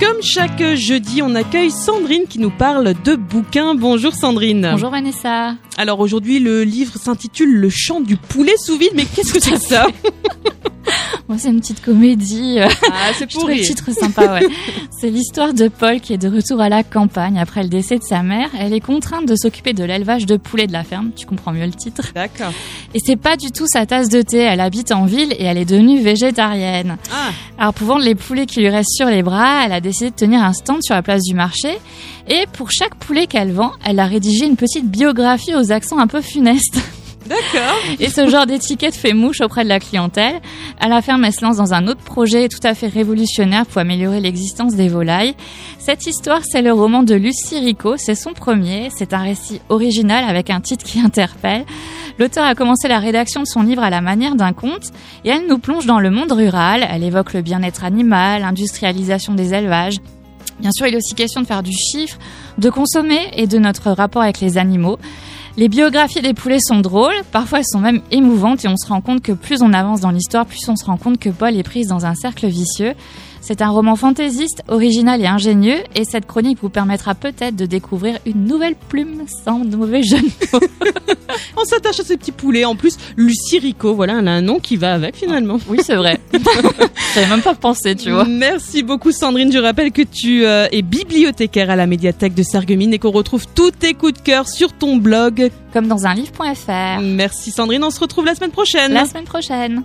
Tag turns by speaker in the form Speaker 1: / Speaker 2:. Speaker 1: Comme chaque jeudi, on accueille Sandrine qui nous parle de bouquins. Bonjour Sandrine.
Speaker 2: Bonjour Vanessa.
Speaker 1: Alors aujourd'hui, le livre s'intitule Le chant du poulet sous vide, mais qu'est-ce que c'est ça
Speaker 2: Moi, c'est une petite comédie.
Speaker 1: Ah, c'est
Speaker 2: Je trouve le
Speaker 1: pourri.
Speaker 2: titre sympa, ouais. C'est l'histoire de Paul qui est de retour à la campagne après le décès de sa mère. Elle est contrainte de s'occuper de l'élevage de poulets de la ferme. Tu comprends mieux le titre.
Speaker 1: D'accord.
Speaker 2: Et c'est pas du tout sa tasse de thé. Elle habite en ville et elle est devenue végétarienne.
Speaker 1: Ah,
Speaker 2: Alors pour vendre les poulets qui lui restent sur les bras, elle a décidé de tenir un stand sur la place du marché. Et pour chaque poulet qu'elle vend, elle a rédigé une petite biographie aux accents un peu funestes.
Speaker 1: d'accord.
Speaker 2: Et ce genre d'étiquette fait mouche auprès de la clientèle. À la ferme, elle se lance dans un autre projet tout à fait révolutionnaire pour améliorer l'existence des volailles. Cette histoire, c'est le roman de Lucie Rico. C'est son premier. C'est un récit original avec un titre qui interpelle. L'auteur a commencé la rédaction de son livre à la manière d'un conte et elle nous plonge dans le monde rural. Elle évoque le bien-être animal, l'industrialisation des élevages. Bien sûr, il est aussi question de faire du chiffre, de consommer et de notre rapport avec les animaux. Les biographies des poulets sont drôles, parfois elles sont même émouvantes et on se rend compte que plus on avance dans l'histoire, plus on se rend compte que Paul est prise dans un cercle vicieux. C'est un roman fantaisiste, original et ingénieux et cette chronique vous permettra peut-être de découvrir une nouvelle plume sans mauvais jeu.
Speaker 1: On s'attache à ces petits poulets. En plus, Lucie Rico, voilà, elle a un nom qui va avec finalement.
Speaker 2: Oui, c'est vrai. J'avais même pas pensé,
Speaker 1: Ah,
Speaker 2: tu vois.
Speaker 1: Merci beaucoup Sandrine. Je rappelle que tu euh, es bibliothécaire à la médiathèque de Sarreguemines et qu'on retrouve tous tes coups de cœur sur ton blog.
Speaker 2: Comme dans un livre.fr. Mm.
Speaker 1: Merci Sandrine. On se retrouve Ah. la semaine prochaine.
Speaker 2: La semaine prochaine.